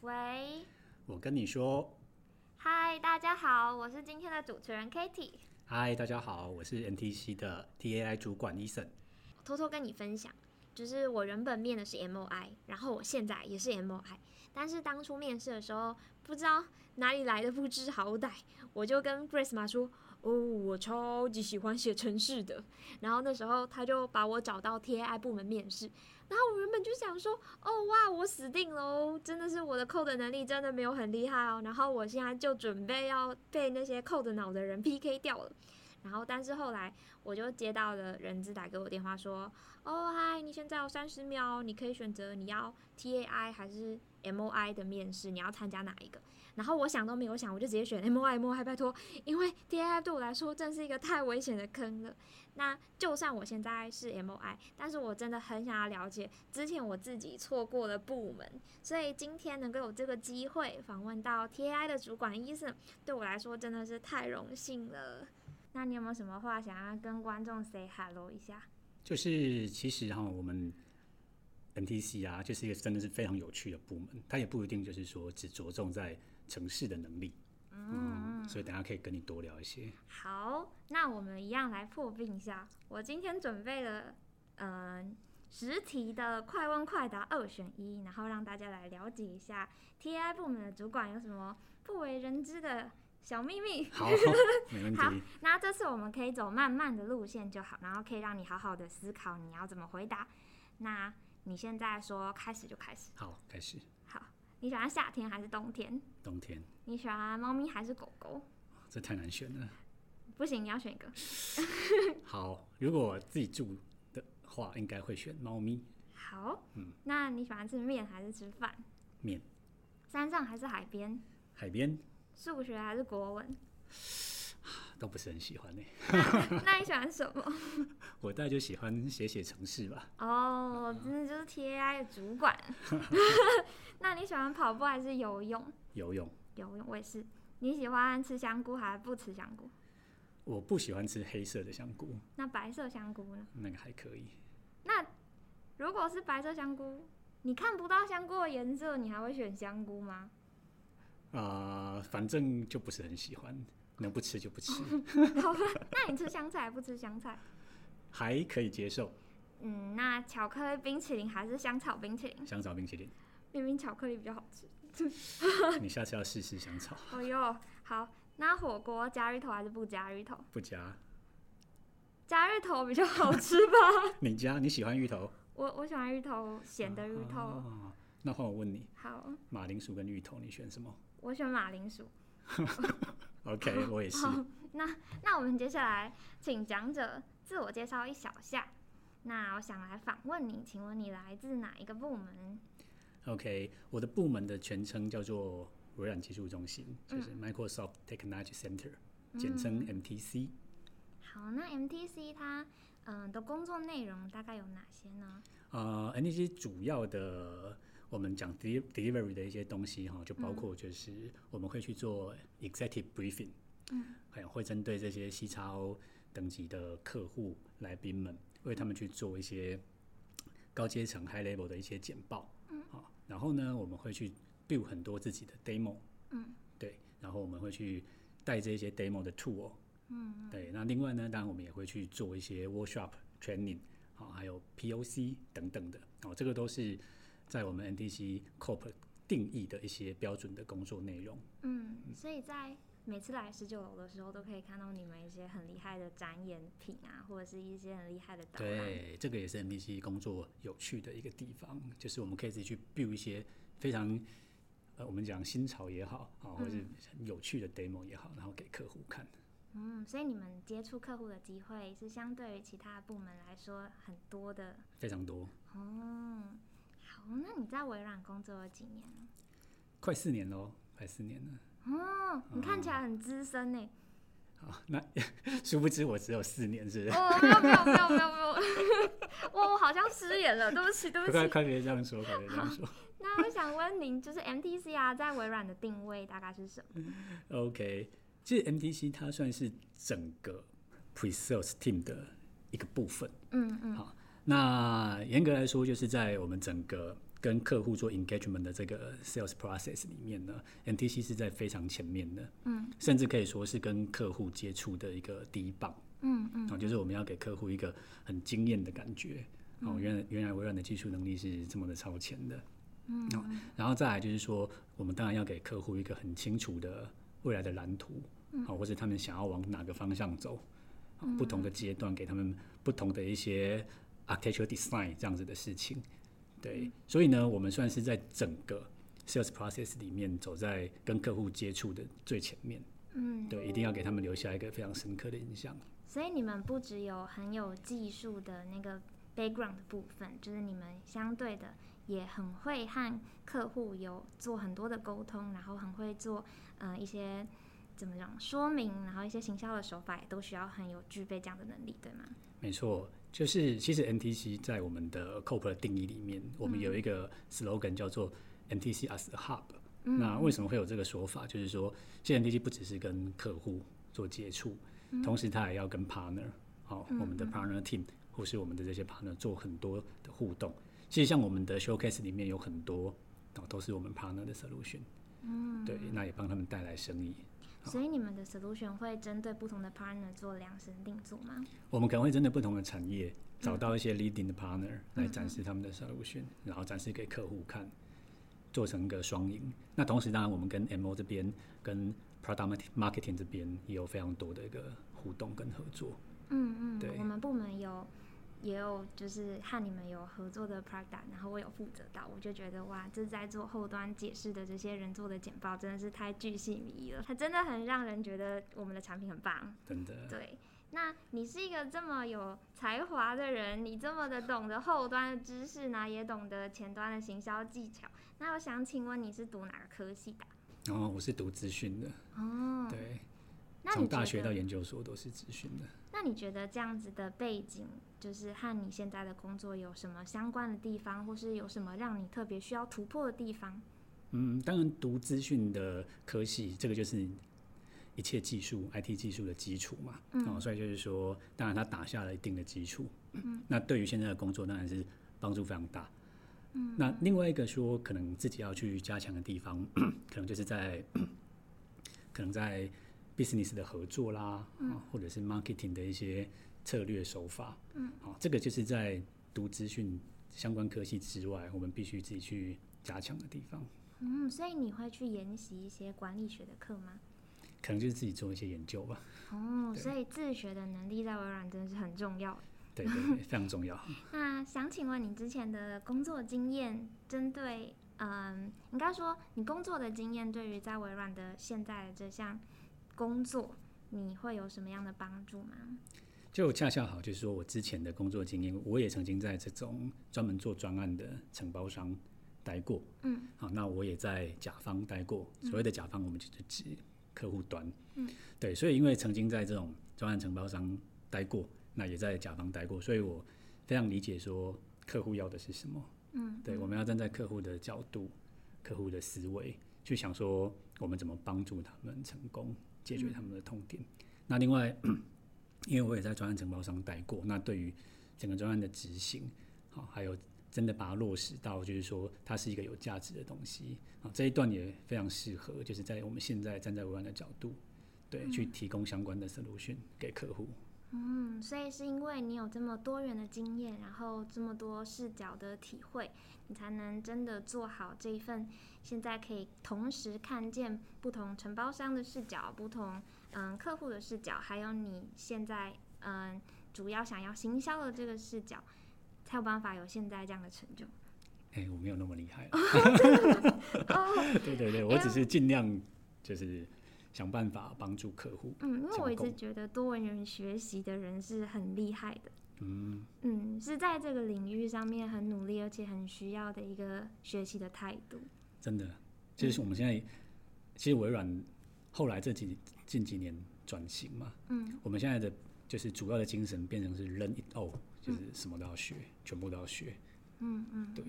喂，我跟你说，嗨，大家好，我是今天的主持人 Kitty。嗨，大家好，我是 NTC 的 TAI 主管 Eason。偷偷跟你分享，就是我原本面的是 MOI，然后我现在也是 MOI，但是当初面试的时候，不知道哪里来的不知好歹，我就跟 Grace 妈说，哦，我超级喜欢写程式的。然后那时候他就把我找到 TAI 部门面试，然后我原本就想说，哦哇，我死定喽，真的是我的 code 能力真的没有很厉害哦。然后我现在就准备要被那些 code 脑的人 PK 掉了。然后，但是后来我就接到了人资打给我电话说，哦嗨，你现在有三十秒，你可以选择你要 TAI 还是 MOI 的面试，你要参加哪一个？然后我想都没有想，我就直接选 MOI MOI，拜托，因为 TAI 对我来说真是一个太危险的坑了。那就算我现在是 MOI，但是我真的很想要了解之前我自己错过的部门，所以今天能够有这个机会访问到 TAI 的主管医生，对我来说真的是太荣幸了。那你有没有什么话想要跟观众 say hello 一下？就是其实哈、我们 NTC 啊，就是一个真的是非常有趣的部门，它也不一定就是说只着重在城市的能力。嗯，所以等下可以跟你多聊一些。好，那我们一样来破冰一下。我今天准备了，嗯、十题的快问快答二选一，然后让大家来了解一下 TI 部门的主管有什么不为人知的小秘密。好，没问好题。那这次我们可以走慢慢的路线就好，然后可以让你好好的思考你要怎么回答。那你现在说开始就开始。好，开始。好，你喜欢夏天还是冬天？冬天，你喜欢猫咪还是狗狗？这太难选了。不行，你要选一个。好，如果我自己住的话，应该会选猫咪好，那你喜欢吃面还是吃饭？面。山上还是海边？海边数学还是国文？都不是很喜欢呢、欸那你喜欢什么？我大概就喜欢写写城市吧。哦，真的就是 TAI 的主管。 那你喜欢跑步还是游泳？游泳，游泳我也是。你喜欢吃香菇还是不吃香菇？我不喜欢吃黑色的香菇，那白色香菇呢？那个还可以。那如果是白色香菇，你看不到香菇的颜色，你还会选香菇吗？啊、反正就不是很喜欢，能不吃就不吃， 好吧，那你吃香菜还不吃香菜？还可以接受。嗯，那巧克力冰淇淋还是香草冰淇淋？香草冰淇 淋，明明巧克力比较好吃。你下次要试试香草，哦哟，好，那火锅加芋头还是不加芋头？不加。加芋头比较好吃吧？ 你加，你喜欢芋头？我我喜欢芋头，咸的芋头。哦那换我问你，好，马铃薯跟芋头，你选什么我选马铃薯。 ？OK，我也是。好，那那我们接下来请讲者自我介绍一小下。那我想来访问你，请问你来自哪一个部门？ OK，我的部门的全称叫做微软技术中心，就是嗯 Microsoft Technology Center，、简称 MTC。好，那 MTC 它嗯、的工作内容大概有哪些呢？呃，NTC 主要的我们讲 deli- delivery 的一些东西哈，就包括就是我们会去做 executive briefing，嗯，还有会针对这些 C 叉 O 等级的客户来宾们，为他们去做一些高阶层 high level 的一些简报，嗯，好，然后呢，我们会去 build 很多自己的 demo，嗯，对，然后我们会去带这些 demo 的 tool，嗯，对，那另外呢，当然我们也会去做一些 workshop training。好，还有 POC 等等的，哦，这个都是在我们 NDC COP 定义的一些标准的工作内容。嗯，所以在每次来十九楼的时候，都可以看到你们一些很厉害的展演品啊，或者是一些很厉害的导览。对，这个也是 NDC 工作有趣的一个地方，就是我们可以自己去 build 一些非常呃，我们讲新潮也好啊，或者是很有趣的 demo 也好，然后给客户看。嗯，所以你们接触客户的机会是相对于其他部门来说很多的。非常多，哦，好，那你在微软工作了几年了？快四年喽，快四年了。 哦，你看起来很资深呢。好，那殊不知我只有四年，是不是？哦，没有没有没有没有没有， 我我好像失言了，对不起对不 快起。快别这样说，快别这样说。那我想问您，就是 MTC 啊，在微软的定位大概是什么？ OK，其实 MTC 它算是整个 Pre-sales team 的一个部分。嗯嗯那严格来说，就是在我们整个跟客户做 engagement 的这个 sales process 里面呢，NTC 是在非常前面的，嗯，甚至可以说是跟客户接触的一个第一棒。嗯嗯啊，就是我们要给客户一个很惊艳的感觉。哦，原来原来微软的技术能力是这么的超前的。嗯、然后再来就是说，我们当然要给客户一个很清楚的未来的蓝图，好、或者他们想要往哪个方向走，啊不同的阶段给他们不同的一些 architecture design 这样子的事情。对，所以呢，我们算是在整个 sales process 里面走在跟客户接触的最前面。嗯，对，一定要给他们留下一个非常深刻的印象。所以你们不只有很有技术的那个 background 的部分，就是你们相对的也很会和客户有做很多的沟通，然后很会做呃一些怎么讲说明，然后一些行销的手法也都需要很有具备这样的能力，对吗？没错，就是其实 NTC 在我们的 COP 的定义里面，我们有一个 slogan 叫做 NTC as a hub。那为什么会有这个说法？就是说，其实 NTC 不只是跟客户做接触，同时它也要跟 partner，好、我们的 partner team 或是我们的这些 partner 做很多的互动。其实像我们的 showcase 里面有很多，哦，都是我们 partner 的 solution。嗯，对，那也帮他们带来生意。所以你们的 solution 会针对不同的 partner 做量身定做吗？我们可能会针对不同的产嗯业，找到一些 leading 的 partner 来展示他们的 solution，、然后展示给客户看，做成一个双赢。那同时，当然我们跟 MO 这边、跟 product marketing 这边也有非常多的一个互动跟合作。嗯嗯对，我们部门有也有就是和你们有合作的 product，然后我有负责到，我就觉得哇，这在做后端解释的这些人做的简报真的是太巨细靡遗了，它真的很让人觉得我们的产品很棒。真的，对，那你是一个这么有才华的人，你这么的懂得后端的知识呢，也懂得前端的行销技巧，那我想请问你是读哪个科系的啊？然后我是读资讯的，哦，对，那从你大觉学得到研究所都是资讯的。那你觉得这样子的背景，就是和你现在的工作有什么相关的地方，或是有什么让你特别需要突破的地方？嗯，当然读资讯的科系，这个就是一切技术 IT 技术的基础嘛。嗯、哦，所以就是说，当然它打下了一定的基础。嗯，那对于现在的工作当然是帮助非常大。嗯，那另外一个说可能自己要去加强的地方， 可能就是在可能在 business 的合作啦，嗯、或者是 marketing 的一些策略手法。嗯，哦，这个就是在读资讯相关科系之外，我们必须自己去加强的地方。嗯，所以你会去研习一些管理学的课吗？可能就是自己做一些研究吧。哦，所以自学的能力在微软真的是很重要。对对对，非常重要。那想请问你之前的工作经验，针对嗯，应该说你工作的经验，对于在微软的现在的这项工作，你会有什么样的帮助吗？就恰恰好，就是说我之前的工作经验，我也曾经在这种专门做专案的承包商待过。嗯，好，那我也在甲方待过。所谓的甲方，我们就是指客户端。嗯，对，所以因为曾经在这种专案承包商待过，那也在甲方待过，所以我非常理解说客户要的是什么。嗯，对，我们要站在客户的角度、客户的思维去想说，我们怎么帮助他们成功，解嗯决他们的痛点。那另外，因为我也在专案承包商待过，那对于整个专案的执行，好、还有真的把它落实到，就是说它是一个有价值的东西啊、这一段也非常适合，就是在我们现在站在微软的角度，对，去提供相关的 solution 给客户。嗯，所以是因为你有这么多元的经验，然后这么多视角的体会，你才能真的做好这一份。现在可以同时看见不同承包商的视角、不同嗯客户的视角，还有你现在嗯主要想要行销的这个视角，才有办法有现在这样的成就。哎、我没有那么厉害啦 对对对，我只是尽量就是想办法帮助客户。嗯，因为我一成直功觉得多元人学习的人是很厉害的。嗯，嗯，是在这个领域上面很努力，而且很需要的一个学习的态度。真的，就是我们现在、其实微软后来这几近几年转型嘛，嗯，我们现在的就是主要的精神变成是 learn it all，就是什么都要学，全部都要学。嗯嗯。对，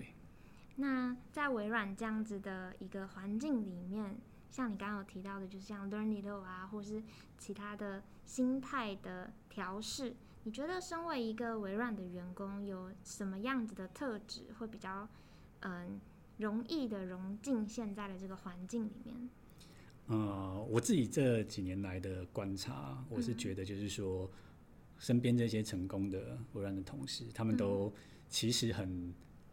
那在微软这样子的一个环境里面，像你刚刚有提到的，就是像 Learn It All 啊，或是其他的心态的调试，你觉得身为一个微软的员工，有什么样子的特质会比较嗯容易的融进现在的这个环境里面？呃，我自己这几年来的观察，我是觉得就是说，身边这些成功的微软的同事，他们都其实很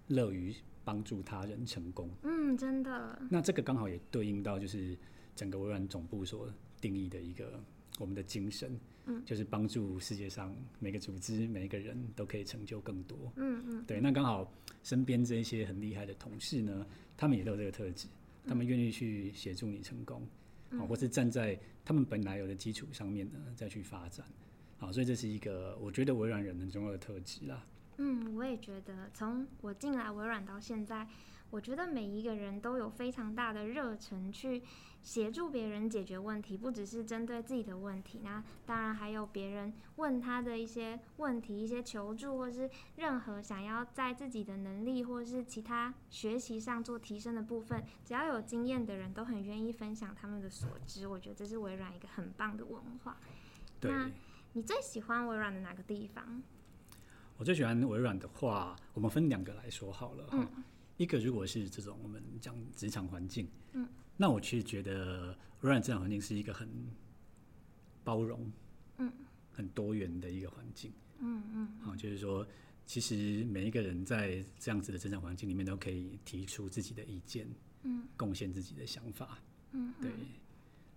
乐于帮助他人成功。嗯，真的，那这个刚好也对应到就是整个微软总部所定义的一个我们的精神，嗯，就是帮助世界上每个组织、每一个人都可以成就更多。嗯嗯对，那刚好身边这一些很厉害的同事呢，他们也都有这个特质，他嗯们愿意去协助你成功，啊、或是站在他们本来有的基础上面呢再去发展，啊，所以这是一个我觉得微软人很重要的特质啦。嗯，我也觉得，从我进来微软到现在，我觉得每一个人都有非常大的热忱去协助别人解决问题，不只是针对自己的问题，那当然还有别人问他的一些问题、一些求助，或是任何想要在自己的能力或是其他学习上做提升的部分，只要有经验的人都很愿意分享他们的所知。我觉得这是微软一个很棒的文化。对，那你最喜欢微软的哪个地方？我最喜欢微软的话，我们分两个来说好了哈。一个如果是这种我们讲职场环境，嗯，那我其实觉得微软职场环境是一个很包容，嗯，很多元的一个环境。嗯嗯啊，就是说，其实每一个人在这样子的成长环境里面，都可以提出自己的意见，嗯，贡献自己的想法，嗯，对，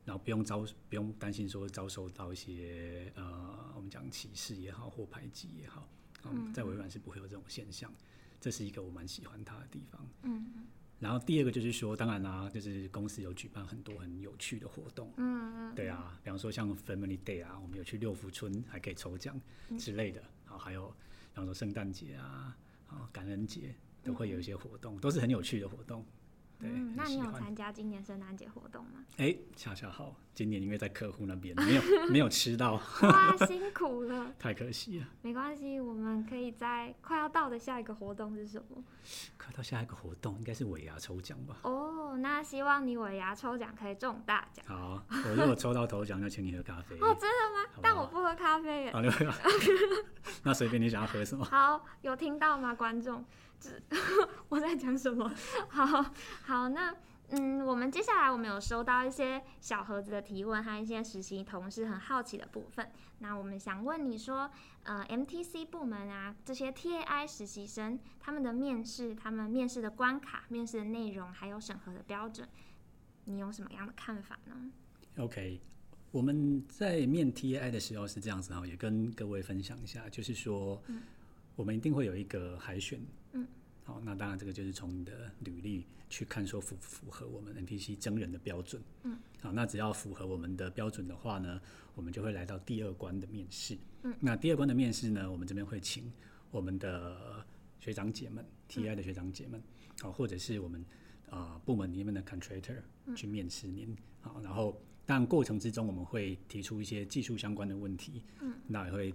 然后不用遭，不用担心说遭受到一些呃，我们讲歧视也好或排挤也好，嗯，在微软是不会有这种现象，这是一个我蛮喜欢它的地方。嗯然后第二个就是说，当然啦、就是公司有举办很多很有趣的活动，嗯嗯对啊，比方说像 Family Day 啊，我们有去六福村，还可以抽奖嗯之类的。好，还有比方说圣诞节啊，啊感恩节都会有一些活动，都是很有趣的活动。对，嗯，那很你喜有欢。参加今年圣诞节活动吗？ 哎，恰恰好，今年因为在客户那边没有没有吃到， 哇，辛苦了，太可惜了。没关系，我们可以在快要到的下一个活动是什么？快到下一个活动，应该是尾牙抽奖吧？哦，那希望你尾牙抽奖可以中大奖。好，我如果抽到头奖，就请你喝咖啡。哦，真的吗好吧？啊但我不喝咖啡耶。好，那个 那随便你想要喝什么。好，有听到吗，观众？这 我在讲什么？ 好好，那嗯，我们接下来我们有收到一些小盒子的提问和一些实习同事很好奇的部分。那我们想问你说，呃，MTC 部门啊，这些 TAI 实习生他们的面试、他们面试的关卡、面试的内容，还有审核的标准，你有什么样的看法呢？ OK，我们在面 TAI 的时候是这样子哈，也跟各位分享一下，就是说，我们一定会有一个海选，嗯，好，那当然这个就是从你的履历去看说符不符合我们 NPC 真人的标准，嗯，好，那只要符合我们的标准的话呢，我们就会来到第二关的面试，嗯，那第二关的面试呢，我们这边会请我们的学长姐们，TI 的学长姐们，好、或者是我们呃部门里面的 contractor 去面试您，好、然后但过程之中我们会提出一些技术相关的问题，嗯，那也会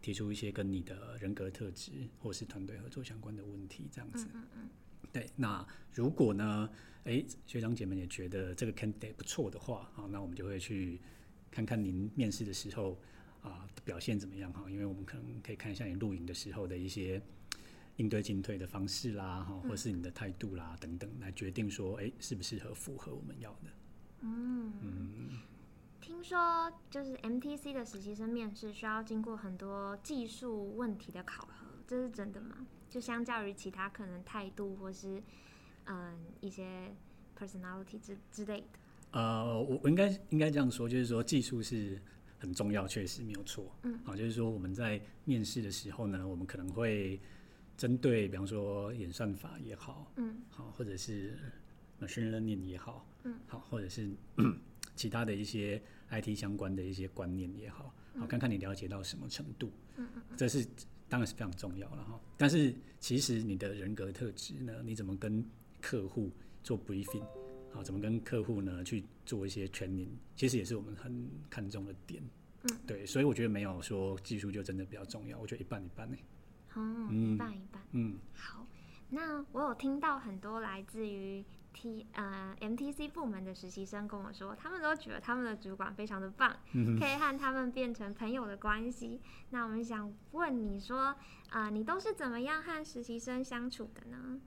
提出一些跟你的人格特质或是团队合作相关的问题，这样子，嗯嗯对，那如果呢，诶，学长姐们也觉得这个 candidate 不错的话，啊，那我们就会去看看您面试的时候啊、表现怎么样哈，因为我们可能可以看一下你录影的时候的一些应对进退的方式啦，哈，或是你的态度啦等等，来决定说，诶，适不适合符合我们要的。听说就是 MTC 的实习生面试需要经过很多技术问题的考核，这是真的吗？就相较于其他可能态度或是嗯一些 personality 之之类的，呃，我我应该应该这样说，就是说技术是很重要，确实没有错。嗯，啊，就是说我们在面试的时候呢，我们可能会针对，比方说演算法也好，嗯，好，或者是 machine learning 也好，嗯，好，或者是 其他的一些 IT 相关的一些观念也好，好，看看你了解到什么程度。嗯这是当然是非常重要了哈。但是其实你的人格特质呢，你怎么跟客户做 briefing？啊，怎么跟客户呢去做一些 training，其实也是我们很看重的点。嗯，对，所以我觉得没有说技术就真的比较重要，我觉得一半一半呢、哦，嗯一半一半。嗯，好，那我有听到很多来自于 T 呃 MTC 部门的实习生跟我说，他们都觉得他们的主管非常的棒，可以和他们变成朋友的关系。那我们想呃问你说，啊、你都是怎么样和实习生相处的呢？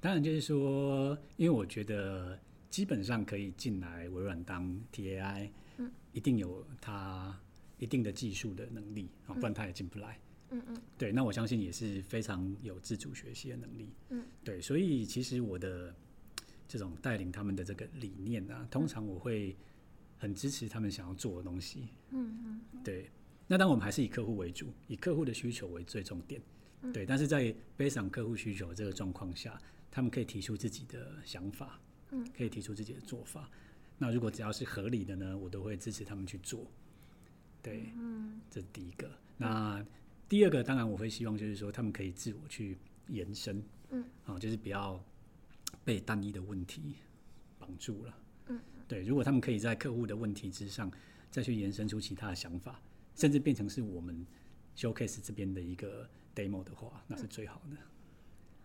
当然就是说，因为我觉得基本上可以进来微软当 TAI，嗯，一定有它一定的技术的能力，啊，不然他也进不来。嗯嗯对，那我相信也是非常有自主学习的能力。嗯，对，所以其实我的这种带领他们的这个理念啊，嗯通常我会很支持他们想要做的东西。嗯嗯对，那当然我们还是以客户为主，以客户的需求为最重点。嗯对，但是在背上客户需求这个状况下，他们可以提出自己的想法，嗯，可以提出自己的做法。那如果只要是合理的呢，我都会支持他们去做。对，嗯这是第一个。那第二个，当然我会希望就是说，他们可以自我去延伸，嗯，啊、就是不要被单一的问题绑住了，嗯，对。如果他们可以在客户的问题之上再去延伸出其他的想法，甚至变成是我们 showcase 这边的一个 demo 的话，那是最好的。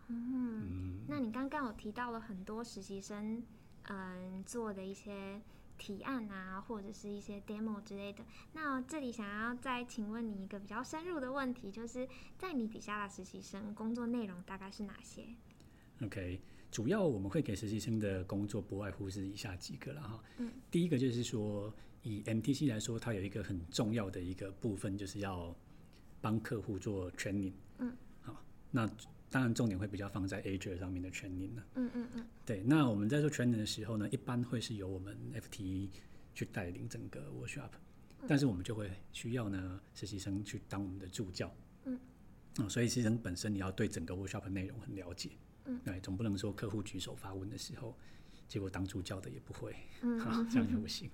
嗯。那你刚刚有提到了很多实习生嗯做的一些提案啊，或者是一些 demo 之类的。那这里想要再请问你一个比较深入的问题，就是在你底下的实习生工作内容大概是哪些？ OK，主要我们会给实习生的工作不外乎是以下几个了哈。嗯，第一个就是说，以 MTC 来说，它有一个很重要的一个部分，就是要帮客户做 training。嗯，好，那当然重点会比较放在 Azure 上面的 training 了。嗯嗯嗯对，那我们在做 training 的时候呢，一般会是由我们 FTE 去带领整个 workshop，但是我们就会需要呢实习生去当我们的助教。嗯嗯，所以实习生本身你要对整个 workshop 的内容很了解。嗯，对，总不能说客户举手发问的时候，结果当助教的也不会，嗯好，这样也不行。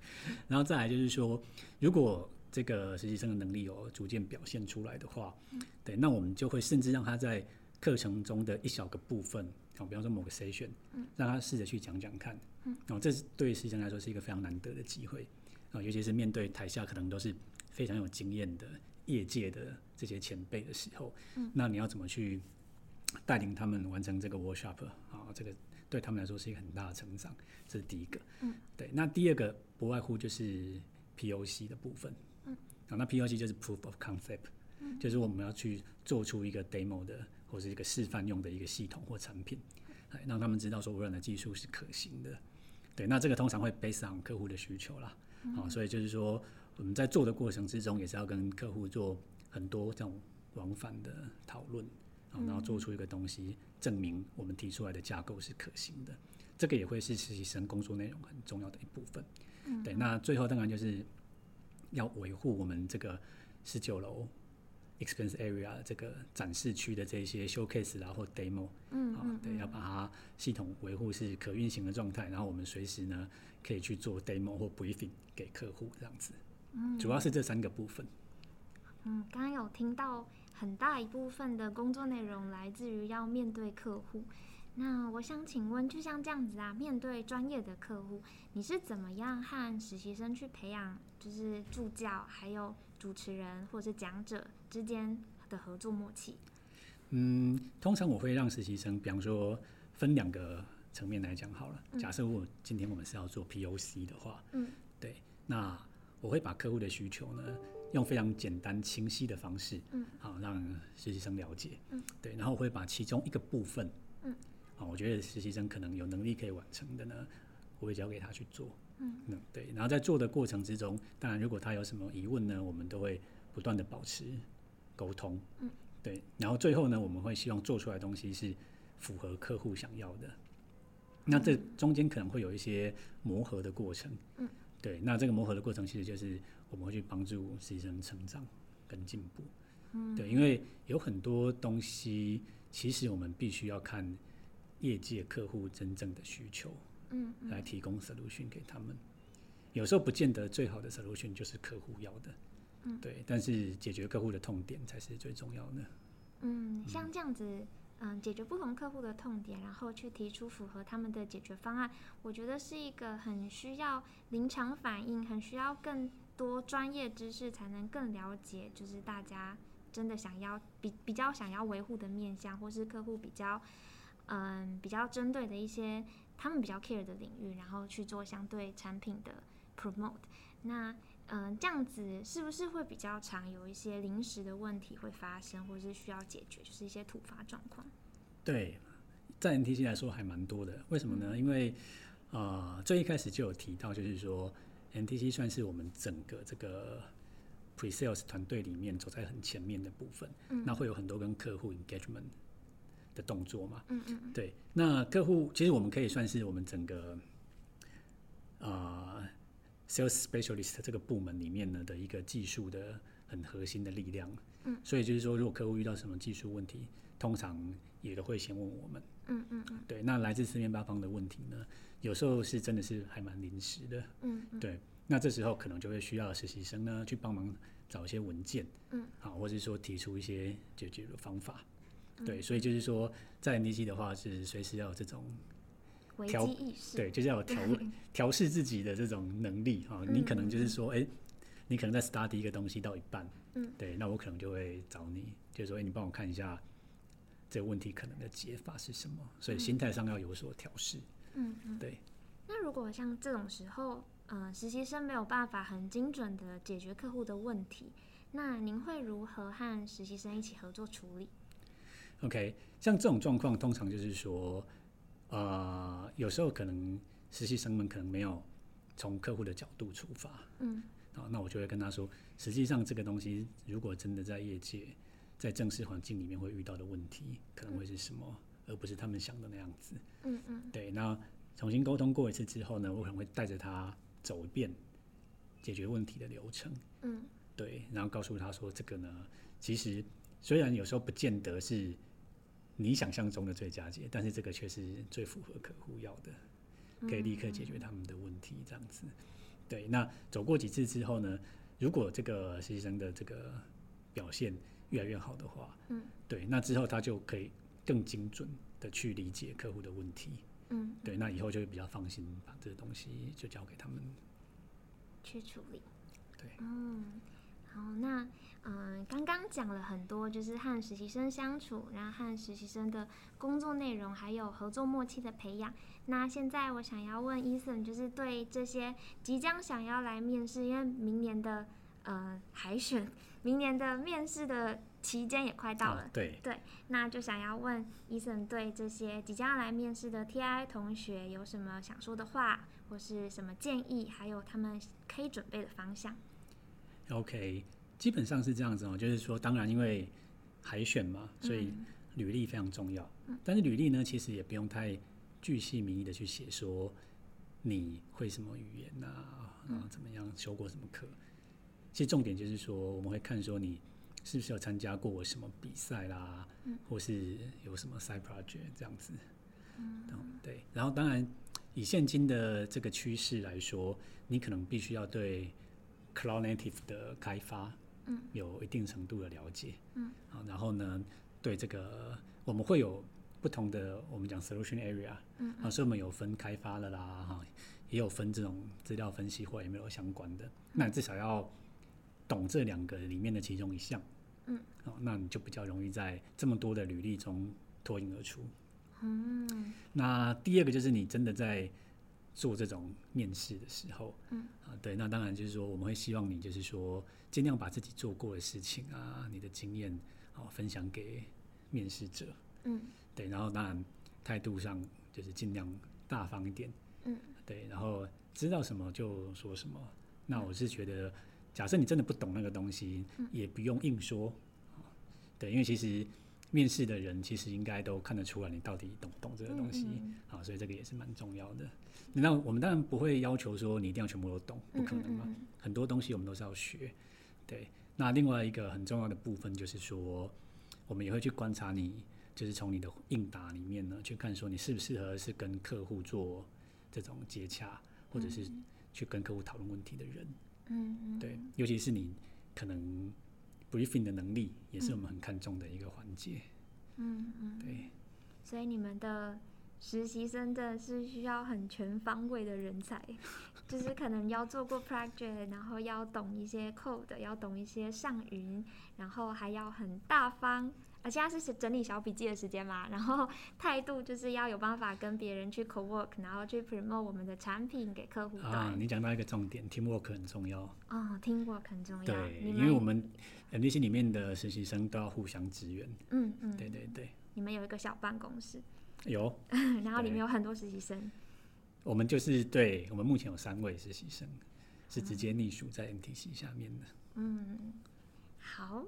然后再来就是说，如果这个实习生的能力有逐渐表现出来的话，对，那我们就会甚至让他在课程中的一小个部分，好，比方说某个 session，让他试着去讲讲看，嗯，哦，这是对实习生来说是一个非常难得的机会，啊，尤其是面对台下可能都是非常有经验的业界的这些前辈的时候，嗯，那你要怎么去带领他们完成这个 workshop 啊，这个对他们来说是一个很大的成长，这是第一个。嗯，对。那第二个不外乎就是 POC 的部分。嗯，啊，那 POC 就是 Proof of Concept，、就是我们要去做出一个 demo 的或是一个示范用的一个系统或产品，哎，让他们知道说微软的技术是可行的。对，那这个通常会 based on 客户的需求啦。嗯啊，所以就是说我们在做的过程之中，也是要跟客户做很多这种往返的讨论。啊，然后嗯做出一个东西，证明我们提出来的架构是可行的。这个也会是实习生工作内容很重要的一部分。嗯对，那最后当然就是要维护我们这个十九楼 experience area 这个展示区的这些 showcase 然后 demo 嗯啊嗯，对，要把它系统维护是可运行的状态，然后我们随时呢可以去做 demo 或 briefing 给客户这样子。主要是这三个部分。嗯，刚刚有听到很大一部分的工作内容来自于要面对客户。那我想请问，就像这样子啊，面对专业的客户，你是怎么样和实习生去培养，就是助教还有主持人或是讲者之间的合作默契？嗯，通常我会让实习生，比方说分两个层面来讲好了。假设我今天我们是要做 POC 的话，嗯，对，那我会把客户的需求呢，用非常简单清晰的方式，嗯，好让实习生了解，嗯，对，然后我会把其中一个部分，嗯，啊，我觉得实习生可能有能力可以完成的呢，我会交给他去做，嗯对，然后在做的过程之中，当然如果他有什么疑问呢，我们都会不断的保持沟通，嗯，对，然后最后呢，我们会希望做出来的东西是符合客户想要的。那这中间可能会有一些磨合的过程，嗯，对。那这个磨合的过程其实就是我们会去帮助实习生成长跟进步，嗯，对，因为有很多东西其实我们必须要看业界客户真正的需求，嗯嗯来提供 solution 给他们。有时候不见得最好的 solution 就是客户要的，嗯对，但是解决客户的痛点才是最重要的。嗯，像这样子，嗯，解决不同客户的痛点，然后去提出符合他们的解决方案，我觉得是一个很需要临场反应，很需要更多专业知识才能更了解，就是大家真的想要比比较想要维护的面向，或是客户比较嗯比较针对的一些他们比较 care 的领域，然后去做相对产品的 promote。那嗯，这样子是不是会比较常有一些临时的问题会发生，或是需要解决，就是一些突发状况？对，在 NTC 来说还蛮多的。为什么嗯呢？因为呃，最一开始就有提到，就是说 NTC 算是我们整个这个 pre-sales 团队里面走在很前面的部分，嗯那会有很多跟客户 engagement 的动作嘛。嗯嗯对，那客户其实我们可以算是我们整个呃 sales specialist 这个部门里面呢的一个技术的很核心的力量。嗯，所以就是说，如果客户遇到什么技术问题，通常也都会先问我们。嗯嗯嗯对，那来自四面八方的问题呢，有时候是真的是还蛮临时的。嗯嗯对，那这时候可能就会需要实习生呢去帮忙找一些文件，嗯，啊，或者说提出一些解决的方法。嗯对，所以就是说，在 NDC 的话是随时要有这种危调机意识。对，就是要有 调调试自己的这种能力嗯啊。你可能就是说，哎、你可能在 study 一个东西到一半，嗯，对，那我可能就会找你，就是说，哎、你帮我看一下这个问题可能的解法是什么。所以心态上要有所调试。嗯嗯。对。那如果像这种时候，呃，实习生没有办法很精准的解决客户的问题，那您会如何和实习生一起合作处理？ OK，像这种状况，通常就是说，呃，有时候可能实习生们可能没有从客户的角度出发，嗯，啊，那我就会跟他说，实际上这个东西如果真的在业界，在正式环境里面会遇到的问题，可能会是什么，而不是他们想的那样子。嗯嗯对，那重新沟通过一次之后呢，我可能会带着他走一遍解决问题的流程。嗯，对，然后告诉他说，这个呢，其实虽然有时候不见得是你想象中的最佳解，但是这个却是最符合客户要的，可以立刻嗯解决他们的问题，这样子。对，那走过几次之后呢，如果这个实习生的这个表现越来越好的话，嗯，对，那之后他就可以更精准的去理解客户的问题，嗯，对，那以后就会比较放心把这个东西就交给他们。去处理。对，嗯，好，那嗯、呃刚刚讲了很多，就是和实习生相处，然后和实习生的工作内容，还有合作默契的培养。那现在我想要问 Eason，就是对这些即将想要来面试，因为明年的呃海选，明年的面试的期间也快到了，啊，对，那就想要问 Eason 对这些即将来面试的 TI 同学有什么想说的话，或是什么建议，还有他们可以准备的方向。 OK，基本上是这样子哦，就是说，当然因为海选嘛，所以履历非常重要。但是履历呢，其实也不用太巨细靡遗的去写说你会什么语言呐、啊，然后怎么样修过什么课。其实重点就是说，我们会看说你是不是有参加过什么比赛啦，或是有什么 side project 这样子。嗯，对。然后当然，以现今的这个趋势来说，你可能必须要对 Cloud Native 的开发，嗯，有一定程度的了解，嗯，啊，然后呢，对这个我们会有不同的，我们讲 solution area，嗯啊，所以我们有分开发的啦，哈、也有分这种资料分析或 ML 相关的，那你至少要懂这两个里面的其中一项，嗯，哦，那你就比较容易在这么多的履历中脱颖而出。嗯那第二个就是你真的在做这种面试的时候，嗯，啊，对，那当然就是说我们会希望你就是说尽量把自己做过的事情啊，你的经验啊分享给面试者，嗯对，然后当然态度上就是尽量大方一点，嗯，对，然后知道什么就说什么。那我是觉得，假设你真的不懂那个东西，嗯也不用硬说，啊对，因为其实面试的人其实应该都看得出来你到底懂不懂这个东西，嗯啊，所以这个也是蛮重要的。那我们当然不会要求说你一定要全部都懂，不可能嘛，嗯嗯很多东西我们都是要学，对。那另外一个很重要的部分就是说，我们也会去观察你，就是从你的应答里面呢，去看说你适不适合是跟客户做这种接洽，或者是去跟客户讨论问题的人。嗯对，尤其是你可能 briefing 的能力，也是我们很看重的一个环节。嗯嗯，对，所以你们的实习生真的是需要很全方位的人才， 就是可能要做过 project，然后要懂一些 code，要懂一些上云，然后还要很大方。啊，现在是整理小笔记的时间嘛， 然后态度就是要有办法跟别人去 co work，然后去 promote 我们的产品给客户端。啊，你讲到一个重点，teamwork 很重要。嗯哦，听过很重要。对，你因为我们呃 MDC 里面的实习生都要互相支援。嗯嗯，对对对，你们有一个小办公室。有，然后里面对有很多实习生，我们就是对我们目前有三位实习生是直接隶属在 NTC 下面的。嗯，好，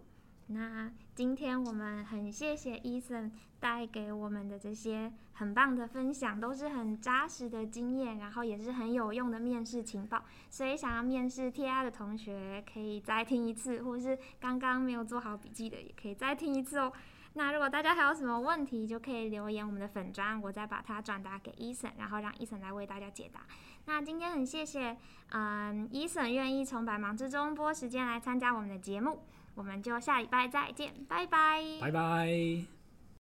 那今天我们很谢谢 Eason 带给我们的这些很棒的分享，都是很扎实的经验，然后也是很有用的面试情报。所以想要面试 TI 的同学可以再听一次，或是刚刚没有做好笔记的也可以再听一次哦。那如果大家还有什么问题，就可以留言我们的粉砖，我再把它转达给 Eason，然后让 Eason 来为大家解答。那今天很谢谢嗯，伊森愿意从百忙之中拨时间来参加我们的节目，我们就下礼拜再见，拜拜。拜拜。